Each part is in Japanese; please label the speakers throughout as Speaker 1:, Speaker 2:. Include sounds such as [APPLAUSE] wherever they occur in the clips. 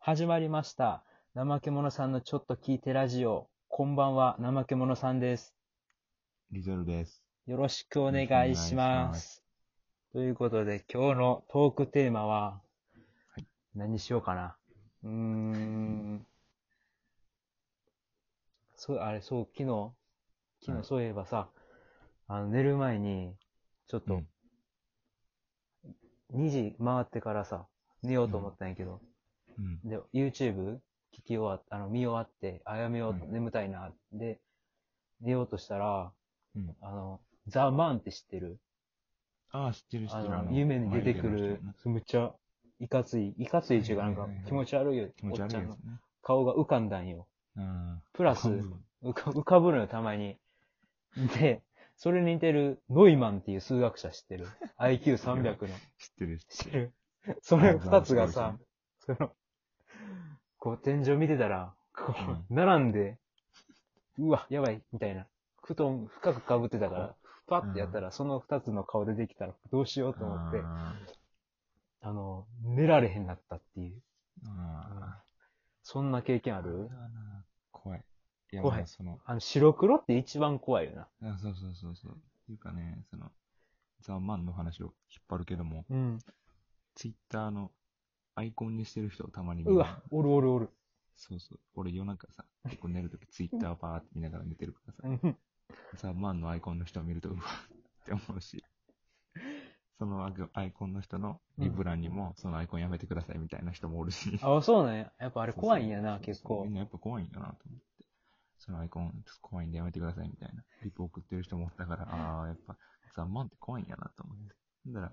Speaker 1: 始まりました。怠け者さんのちょっと聞いてラジオ。こんばんは、怠け者さんです。
Speaker 2: リゾルです。
Speaker 1: よろしくお願いし
Speaker 2: お願いし
Speaker 1: ま。
Speaker 2: ます
Speaker 1: ということで、今日のトークテーマは
Speaker 2: はい、
Speaker 1: 何にしようかな。うーん。そう、あれ、そう、昨日、昨
Speaker 2: はい
Speaker 1: 日そういえばさ、あの、寝る前に、ちょっと、2時回ってからさ、寝ようと思ったんやけど、
Speaker 2: うん。
Speaker 1: で、YouTube 聞き終わっあの、見終わって、あやめようと、
Speaker 2: うん
Speaker 1: 眠たいな、で、寝ようとしたら、
Speaker 2: うん
Speaker 1: あの、ザ・マンって知ってる
Speaker 2: ああ、知ってる知っ
Speaker 1: あ
Speaker 2: てる。
Speaker 1: の、夢に出てく
Speaker 2: 前出
Speaker 1: る
Speaker 2: てまし、
Speaker 1: むっちゃ、いかつい、いかついっていうか、
Speaker 2: は
Speaker 1: ないん
Speaker 2: は
Speaker 1: か
Speaker 2: いはいはい
Speaker 1: 気持ち悪いよ、
Speaker 2: たよね気持ち
Speaker 1: おっ
Speaker 2: 悪い
Speaker 1: ちゃ
Speaker 2: や
Speaker 1: ん
Speaker 2: つ
Speaker 1: の
Speaker 2: ね。
Speaker 1: 顔が浮かんだんよ。
Speaker 2: うん。
Speaker 1: プラス
Speaker 2: わかんない
Speaker 1: 浮か浮かぶのよ、たまに。で、それに似てる、ノイマンっていう数学者知ってる ?IQ300 の。
Speaker 2: 知ってる。
Speaker 1: 知ってる [LAUGHS] その
Speaker 2: あ
Speaker 1: 二
Speaker 2: ザン
Speaker 1: つ
Speaker 2: すごい
Speaker 1: が
Speaker 2: ですね
Speaker 1: さ、その、こう天井見てたら、こ
Speaker 2: うん
Speaker 1: う、並んで、うわ、やばい、みたいな。布団深く被ってたから、パッてやったら、その二つの顔出てきたら、どうしようと思って、
Speaker 2: あ
Speaker 1: あの、寝られへんなったっていう。
Speaker 2: ーあ
Speaker 1: そんな経験
Speaker 2: ー。
Speaker 1: ある
Speaker 2: これはな怖い。いや、
Speaker 1: 怖い
Speaker 2: まあその、
Speaker 1: あの、白黒って一番怖いよな。
Speaker 2: あそうそうそうそう。っていうかね、その、ザ・マンの話を引っ張るけども、
Speaker 1: うん。
Speaker 2: ツイッターのアイコンにしてる人をたまに見る
Speaker 1: うわ、おるおるおる。
Speaker 2: そうそう。俺夜中さ、結構寝るときツイッターパーって見ながら寝てるからさ
Speaker 1: う、ん
Speaker 2: ザ・マンのアイコンの人を見ると、うわって思うし、そのアイコンアイコンの人のリブランにも、そのアイコンやめてくださいみたいな人もおるし。
Speaker 1: あ、そうなんや。やっぱあ
Speaker 2: あ
Speaker 1: れ怖いんやな、結
Speaker 2: み
Speaker 1: 構
Speaker 2: ん。なやっぱ怖いんだなと思って。そのアイコン怖いんでやめてくださいみたいな。リプ送ってる人もおったから、ああ、やっぱザ・マンって怖いんやなと思って。だから、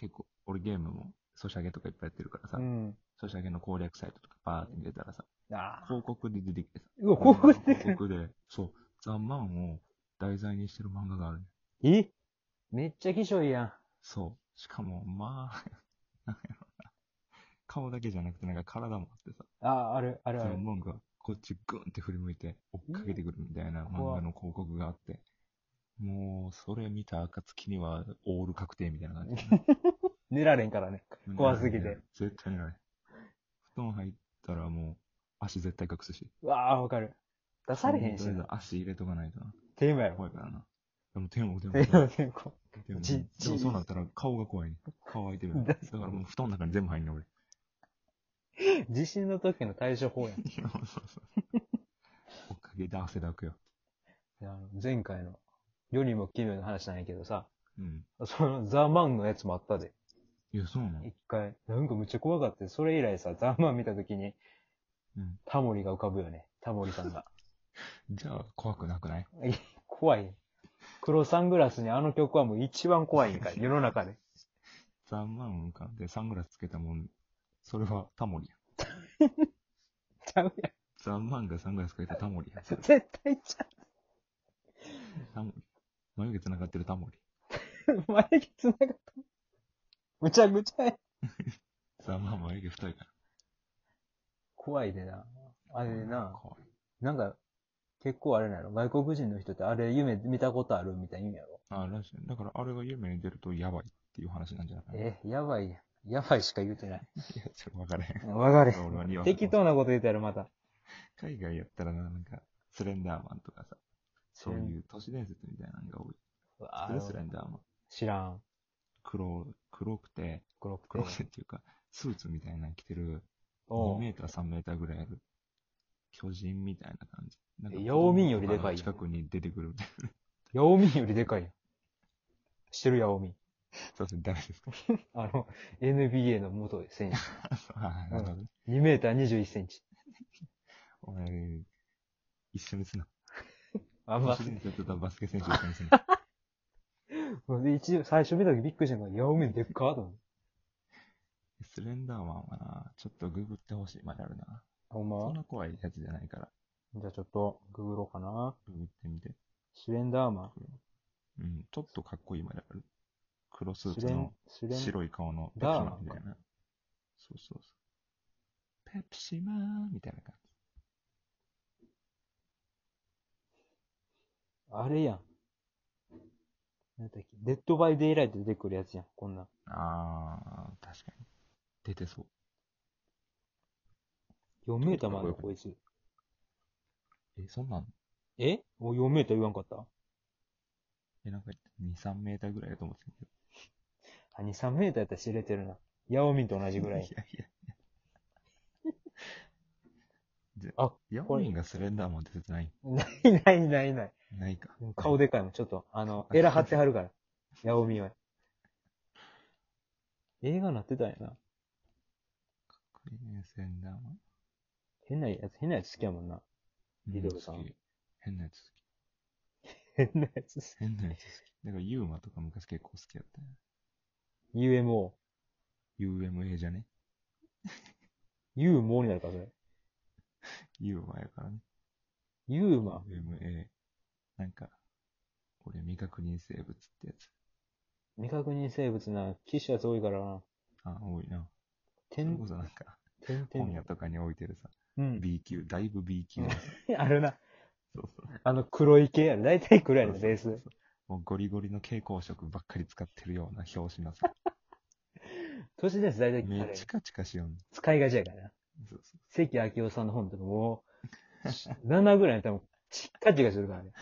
Speaker 2: 結構、俺ゲームも、ソシャゲとかいっぱいやってるからさ、
Speaker 1: うん。
Speaker 2: ソシャゲの攻略サイトとかバーって見てたらさ、
Speaker 1: あー
Speaker 2: 広告で出てきてさ、
Speaker 1: うわ、広告出てくる
Speaker 2: 広告で、そう、ザ・マンを題材にしてる漫画があるね。
Speaker 1: えめっちゃ気性いいやん。
Speaker 2: そう。しかも、まあ、 [LAUGHS] なんやろな。顔だけじゃなくて、なんか体もあってさ、
Speaker 1: あ、ある、ある
Speaker 2: そ
Speaker 1: あ
Speaker 2: の
Speaker 1: る。
Speaker 2: 漫画、こっちグンって振り向いて、追っかけてくるみたいな漫画の広告があって、もう、それ見た暁には、オール確定みたいな感じ。
Speaker 1: 寝られんからね。 [LAUGHS] 怖すぎて。
Speaker 2: 絶対にない。布団入ったらもう、足絶対隠すし。
Speaker 1: うわあ、わかる。出されへんし
Speaker 2: とりあえ
Speaker 1: な
Speaker 2: ず。足入れとかないとな。
Speaker 1: テーマやろ。
Speaker 2: 怖いからな。でも手も
Speaker 1: [LAUGHS]
Speaker 2: 手も
Speaker 1: テーマ結構。
Speaker 2: でも、
Speaker 1: じ
Speaker 2: で
Speaker 1: じ
Speaker 2: もそうなったら顔が怖いね。顔開い
Speaker 1: [LAUGHS]
Speaker 2: てるね。
Speaker 1: だ
Speaker 2: だからもう布団の中に全部入んねん俺。
Speaker 1: 地震の時の対処法やん。い
Speaker 2: いやそうそう。 [LAUGHS] おかげで汗だくよ。
Speaker 1: やあの前回の、世にも奇妙な話なんやけどさ、
Speaker 2: うん。
Speaker 1: そのザ・マンのやつもあったで。
Speaker 2: いや、そうなの。
Speaker 1: 一回。なんかむっちゃ怖かったよ。それ以来さ、ザ・マン見た時に
Speaker 2: うん。
Speaker 1: タモリが浮かぶよね。タモリさんが。
Speaker 2: じゃあ、怖くなくない
Speaker 1: 怖い。黒サングラスにあの曲はもう一番怖いんかい。世の中で。
Speaker 2: ザンマン浮かんでサングラスつけたもん、それはタモリや。
Speaker 1: ちゃうや
Speaker 2: ザンマンがサングラスつけたタモリや。そ
Speaker 1: ん。
Speaker 2: れ
Speaker 1: 絶対ちゃ
Speaker 2: タモリ。眉毛繋がってるタモリ。
Speaker 1: う。前に繋がった。むちゃくちゃや。
Speaker 2: ザンマン眉毛太いから。
Speaker 1: 怖いでな。あれな、
Speaker 2: 怖い。
Speaker 1: なんか、結構あれなの外国人の人ってあれ夢見たことあるみたいな意味やろ
Speaker 2: あ、らしい。だから、あれが夢に出るとやばいっていう話なんじゃない
Speaker 1: え、やばいやん。やばいしか言うてない。
Speaker 2: いや、ちょっとわからへん。
Speaker 1: [LAUGHS] わかれへ
Speaker 2: [LAUGHS] 俺はに
Speaker 1: ん。
Speaker 2: わか
Speaker 1: 適当なこと言うたらまた。
Speaker 2: 海外やったらな、なんか、スレンダーマンとかさ、そういう都市伝説みたいなのが多い。
Speaker 1: うわ
Speaker 2: 知ってるスレ
Speaker 1: ぁ
Speaker 2: ンダーマン。
Speaker 1: 知らん。
Speaker 2: 黒、黒くて、
Speaker 1: 黒く
Speaker 2: 黒
Speaker 1: て
Speaker 2: く。てっていうか、スーツみたいなの着てる、
Speaker 1: お
Speaker 2: 2
Speaker 1: う
Speaker 2: メーター、3メーターぐらいある、巨人みたいな感じ。なんか
Speaker 1: えヤオミンよりでかいやん
Speaker 2: 近くに出てくるみ [LAUGHS] たいな。
Speaker 1: ヤオミンよりでかいやん。知ってるヤオミン。
Speaker 2: そうですね、誰
Speaker 1: [LAUGHS]
Speaker 2: ですか
Speaker 1: あの、NBA の元選手。
Speaker 2: ああ、なるほどね。
Speaker 1: 2メーター21センチ。
Speaker 2: お前、一緒にすな。
Speaker 1: あん
Speaker 2: 都
Speaker 1: ま
Speaker 2: 市、伝説とバスケ選手一緒にす
Speaker 1: [LAUGHS]
Speaker 2: な。
Speaker 1: 一最初見た時びっくりしたのが、ヤオミンでっかーと思う。
Speaker 2: スレンダーマンはな、ちょっとググってほしいまであるな。
Speaker 1: ほん
Speaker 2: そん
Speaker 1: ま
Speaker 2: な怖いやつじゃないから、
Speaker 1: じゃあちょっと、ググろうかな。
Speaker 2: ググってみて。
Speaker 1: シュレンダーマン。
Speaker 2: うん、ちょっとかっこいいまである。黒スー
Speaker 1: シ
Speaker 2: ツ
Speaker 1: ュレ
Speaker 2: の
Speaker 1: ン、シュレン、
Speaker 2: 白い顔のペプシ
Speaker 1: ダーマン
Speaker 2: マンみたいな。そうそうそう。ペプシマンみたいな感じ。
Speaker 1: あれやん。なんだっけ、デッドバイデイライト出てくるやつやん、こんなん。
Speaker 2: あー、確かに。出てそう。
Speaker 1: 4メーターまでこいつ。
Speaker 2: え、そんなん
Speaker 1: えお、4メーター言わんかった
Speaker 2: え、なんか2、3メーターぐらいだと思ってたけど。
Speaker 1: あ、2、3メーターやったら知れてるな。ヤオミンと同じぐら
Speaker 2: [LAUGHS]
Speaker 1: い。
Speaker 2: いやいやいや。
Speaker 1: [LAUGHS]
Speaker 2: で
Speaker 1: あ、
Speaker 2: ヤ
Speaker 1: こ
Speaker 2: オ
Speaker 1: れ
Speaker 2: ミンがスレンダーマンって出てない
Speaker 1: ないないないない。
Speaker 2: ないか。
Speaker 1: 顔でかいもん、ちょっと、あ
Speaker 2: [LAUGHS]
Speaker 1: の、エラ張ってはるから。ヤオミンは。映画なってたんやな。
Speaker 2: かっこいいね、スレンダーマン。
Speaker 1: 変なやつ、変なやつ好きやもんな。リドルさん
Speaker 2: う好き変なやつ好き。
Speaker 1: 変なやつ。
Speaker 2: 変なやつ好き。だからユーマとか昔結構好きだったよ。
Speaker 1: UMO。
Speaker 2: UMA じゃね
Speaker 1: UMO になるか、それ。
Speaker 2: ユーマやからね。
Speaker 1: ユーマ。
Speaker 2: UMA。なんか、俺未確認生物ってやつ。
Speaker 1: 未確認生物な、機種やつ多いからな。
Speaker 2: あ、多いな。
Speaker 1: て
Speaker 2: それ
Speaker 1: ん
Speaker 2: こそなんか、
Speaker 1: てんて
Speaker 2: 本屋
Speaker 1: ん。
Speaker 2: とかに置いてるさ、
Speaker 1: うん。
Speaker 2: B 級、だいぶ B 級のさ。
Speaker 1: [LAUGHS] あるな。
Speaker 2: そうそう。
Speaker 1: あの、黒い系やろ。大体黒やろ、
Speaker 2: そう
Speaker 1: ベー
Speaker 2: そう
Speaker 1: ス。
Speaker 2: そうもうゴリゴリの蛍光色ばっかり使ってるような表紙のさ、
Speaker 1: 都市伝説大体
Speaker 2: め
Speaker 1: あ
Speaker 2: っ
Speaker 1: れ
Speaker 2: ち。ゃカチカしよんの。
Speaker 1: 使いがちやからな。
Speaker 2: そうそ
Speaker 1: 関明夫さんの本とかもう、7ぐらいに多分、チッカチカするからね。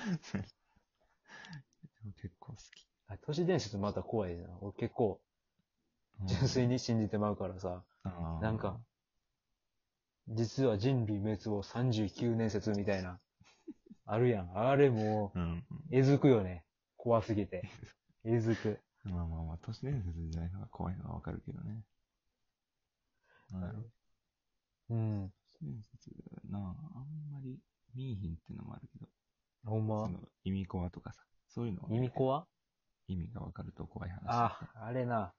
Speaker 2: う。結構好き。
Speaker 1: あ都市伝説また怖いな。俺結構、
Speaker 2: うん
Speaker 1: 純粋に信じてまうからさ、
Speaker 2: あー
Speaker 1: なんか、実は人類滅亡39年説みたいな、あるやん。あれもう、
Speaker 2: うん。
Speaker 1: えずくよね。怖すぎて。えずく。
Speaker 2: まあまあまあ、都市伝説じゃないのが怖いのはわかるけどね。 [LAUGHS] なんだろう
Speaker 1: うん。
Speaker 2: 都市伝説なあ、あんまり見えひんってのもあるけど、
Speaker 1: ほんま
Speaker 2: そ。の意味コアとかさ、そういうのはね、
Speaker 1: 耳コア
Speaker 2: 意味がわかると怖い話。
Speaker 1: あ、あれな。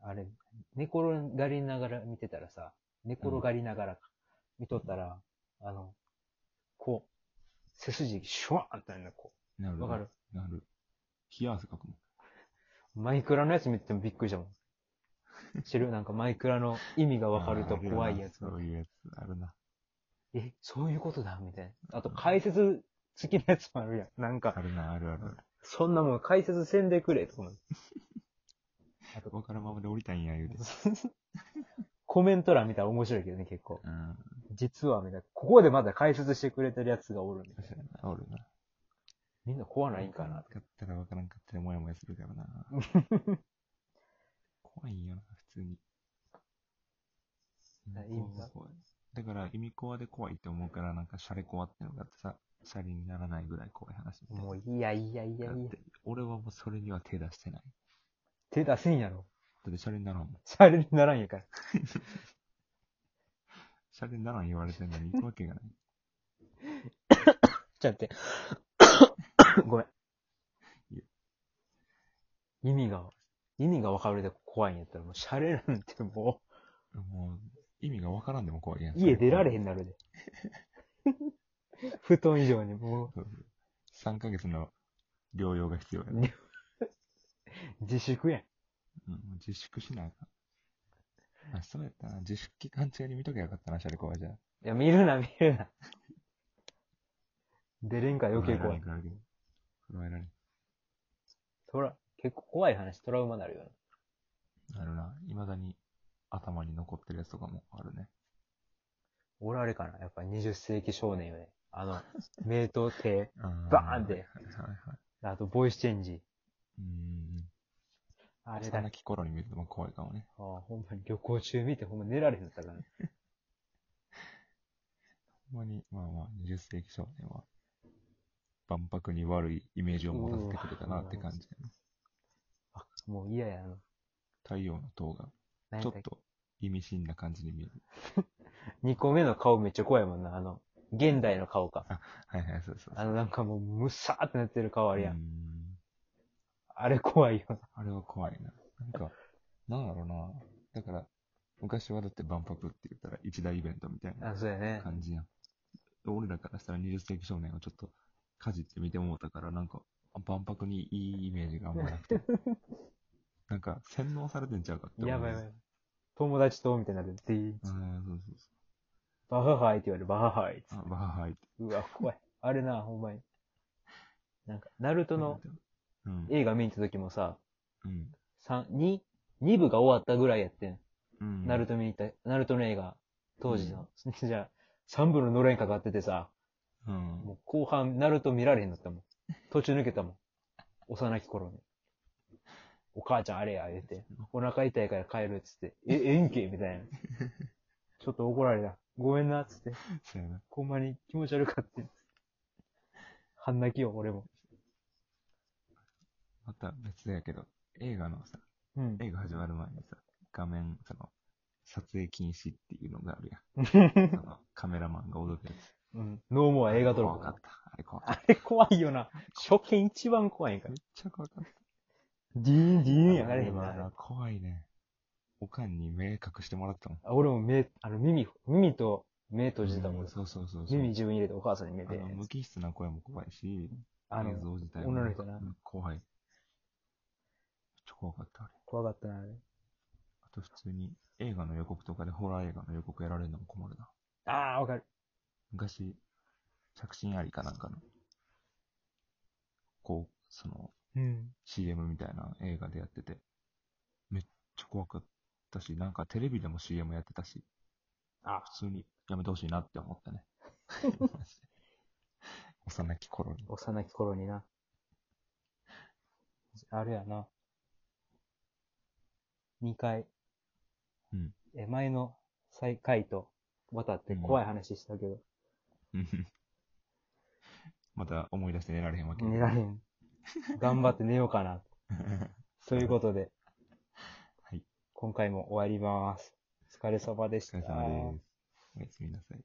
Speaker 1: あれ、寝転がりながら見てたらさ、寝転がりながら見とったら、あの、こう、背筋シュワーンってなるのこ
Speaker 2: なる
Speaker 1: う。わかる
Speaker 2: なる。冷や汗かくもん。
Speaker 1: マイクラのやつ見ててもびっくりしたも [LAUGHS] ん。知るなんかマイクラの意味がわかると怖いやつ
Speaker 2: あーあるな。そういうやつ、あるな。
Speaker 1: え、そういうことだみたいな。あと解説付きのやつもあるやん。なん
Speaker 2: あ
Speaker 1: か、
Speaker 2: るな、あるあるある。
Speaker 1: そんなもん解説せんでくれとか [LAUGHS] 思う。あと、
Speaker 2: わからんままで降りたいんや、言うて。
Speaker 1: コメント欄見たら面白いけどね、結構。
Speaker 2: うん。
Speaker 1: 実はみたいな。ここでまだ解説してくれてるやつがおるみたい
Speaker 2: 確
Speaker 1: な。
Speaker 2: かになおるな。
Speaker 1: みんな怖ないんかな
Speaker 2: わ。かったらわからんかったらもやもやするから
Speaker 1: [LAUGHS]
Speaker 2: な。怖いよな、普通に。
Speaker 1: あ
Speaker 2: 意味コアが怖い。だから、意味コアで怖いって思うから、なんか、シャレコアってのがあってさ、シャレにならないぐらい怖い話みたいな。
Speaker 1: もういやいやいやいや
Speaker 2: だっ。て、俺はもうそれには手出してない。
Speaker 1: 手出せんやろ。
Speaker 2: だって、シャレにならんもん。
Speaker 1: シャレにならんやから。
Speaker 2: シャレにならん言われてん
Speaker 1: [LAUGHS]
Speaker 2: のに行くわけがない。
Speaker 1: ちょっと待って。 [COUGHS] ごめ
Speaker 2: いや
Speaker 1: ん。意味が、意味が分かるで怖いんやったら、もうシャレなんても
Speaker 2: もう、意味がわからんでも怖いやん。
Speaker 1: う、家出られへ
Speaker 2: ん。
Speaker 1: んなるで。 [LAUGHS] 布団以上にも
Speaker 2: そうそう3ヶ月の療養が必要やな。
Speaker 1: う、自粛やん。
Speaker 2: うん、自粛しなあかん。あ、そうやったな。自粛期間中に見とけばよかったな、シャレコアじゃ。
Speaker 1: いや、見るな、見るな。出れんから余計怖い。
Speaker 2: 捉えられんから捉えられん。
Speaker 1: トラ、結構怖い話、トラウマになるよな。
Speaker 2: あるな。未だに頭に残ってるやつとかもあるね。
Speaker 1: 俺あれかな、やっぱ20世紀少年よね。あの、名刀亭、バ
Speaker 2: バ
Speaker 1: ーンって
Speaker 2: はいはいはい。
Speaker 1: あとボイスチェンジ。
Speaker 2: うん。
Speaker 1: あれだ
Speaker 2: 幼き頃に見るのも怖いかもね。
Speaker 1: ああ、ほんまに旅行中見てほんま寝られへんかったからね。
Speaker 2: ほんまに、まあまあ、20世紀少年は、万博に悪いイメージを持たせてくれたなって感じだよね。
Speaker 1: あもう嫌やな。
Speaker 2: 太陽の塔が、
Speaker 1: 何
Speaker 2: ちょ
Speaker 1: や
Speaker 2: っ
Speaker 1: ったっけ
Speaker 2: と意味深な感じに見える。
Speaker 1: 二個目の顔めっちゃ怖いもんな。あの、現代の顔か。
Speaker 2: はいはい、そうそうそう。
Speaker 1: あのなんかもうむさーってなってる顔あるやん。
Speaker 2: うん
Speaker 1: あれ怖いよな。
Speaker 2: あれは怖いな。なんか、なんだろうな。だから、昔はだって万博って言ったら一大イベントみたいな
Speaker 1: あ、そうやね。
Speaker 2: 感じやん。俺らからしたら20世紀少年をちょっとかじって見てもうたから、なんか、万博にいいイメージがあんま
Speaker 1: [LAUGHS]
Speaker 2: なくて。なんか、洗脳されてんちゃうかって思う。
Speaker 1: やばいやばい。友達と、みたいになって、で
Speaker 2: うん、そうそう
Speaker 1: バハハイって言われる、バハハイっつ
Speaker 2: そ
Speaker 1: っ
Speaker 2: う。
Speaker 1: て。
Speaker 2: あ、わーはいって。
Speaker 1: うわ、怖い。あれな、ほんまに。なんか、ナルトの、
Speaker 2: うん。
Speaker 1: 映画見に行った時もさ、
Speaker 2: うん。
Speaker 1: 三、二、二部が終わったぐらいやってん。
Speaker 2: うん。
Speaker 1: ナルト見に行った、ナルトの映画。当時の。 [LAUGHS] じゃあ、3部ののれんかかっててさ、
Speaker 2: うん。
Speaker 1: もう後半、ナルト見られへんのったもん。途中抜けたもん。幼き頃に。お母ちゃんあれや、言うて。お腹痛いから帰るっつって。え、ええんけみ
Speaker 2: [LAUGHS]
Speaker 1: たいな。ちょっと怒られた。ごめんな、っつって。
Speaker 2: そうやな。
Speaker 1: ほんまに気持ち悪かって。半泣きよ、俺も。
Speaker 2: また別やけど、映画のさ、
Speaker 1: うん。
Speaker 2: 映画始まる前にさ、画面、その、撮影禁止っていうのがある
Speaker 1: [LAUGHS]
Speaker 2: やん。そのカメラマンが踊るやつ。
Speaker 1: うん。ノーモア映画撮る
Speaker 2: 怖かった。あれ怖かっ
Speaker 1: あれ怖いよな。初見一番怖いんか
Speaker 2: た。
Speaker 1: ら
Speaker 2: めっ。ちゃ怖かった。
Speaker 1: ディーン、ディーンや
Speaker 2: あ
Speaker 1: がれへ
Speaker 2: れ
Speaker 1: ん
Speaker 2: はな
Speaker 1: な。
Speaker 2: 怖いね。おかんに目隠してもらったもん。
Speaker 1: あ俺も目、あの、耳、耳と目閉じてたも。
Speaker 2: うんそうそうそうそう。
Speaker 1: 耳自分入れてお母さんに目
Speaker 2: あ
Speaker 1: で
Speaker 2: の。無機質な声も怖いし、
Speaker 1: あ
Speaker 2: 映
Speaker 1: の、
Speaker 2: 像自体
Speaker 1: 女の
Speaker 2: も
Speaker 1: 人な
Speaker 2: 怖い。めっちゃ怖かった、あれ。
Speaker 1: 怖かったな、あれ。
Speaker 2: あと普通に映画の予告とかでホラー映画の予告やられるのも困るな。
Speaker 1: ああ、わかる。
Speaker 2: 昔、着信ありかなんかの、こう、その、
Speaker 1: うん。
Speaker 2: CM みたいな映画でやってて、めっちゃ怖かったし、なんかテレビでも CM やってたし、
Speaker 1: あ
Speaker 2: 普通にやめてほしいなって思っ
Speaker 1: [LAUGHS]
Speaker 2: たね。 [LAUGHS] マジで幼き頃に。
Speaker 1: 幼き頃にな。あれやな。二回。
Speaker 2: うん
Speaker 1: え、前の最回と渡って怖い話したけど、
Speaker 2: また思い出して寝られへんわけ。
Speaker 1: 寝られん。頑張って寝ようかな。ということで、
Speaker 2: はい
Speaker 1: 今回も終わります。お疲れ様でし
Speaker 2: [LAUGHS] お
Speaker 1: た。
Speaker 2: 疲れ様です。おやすみなさい。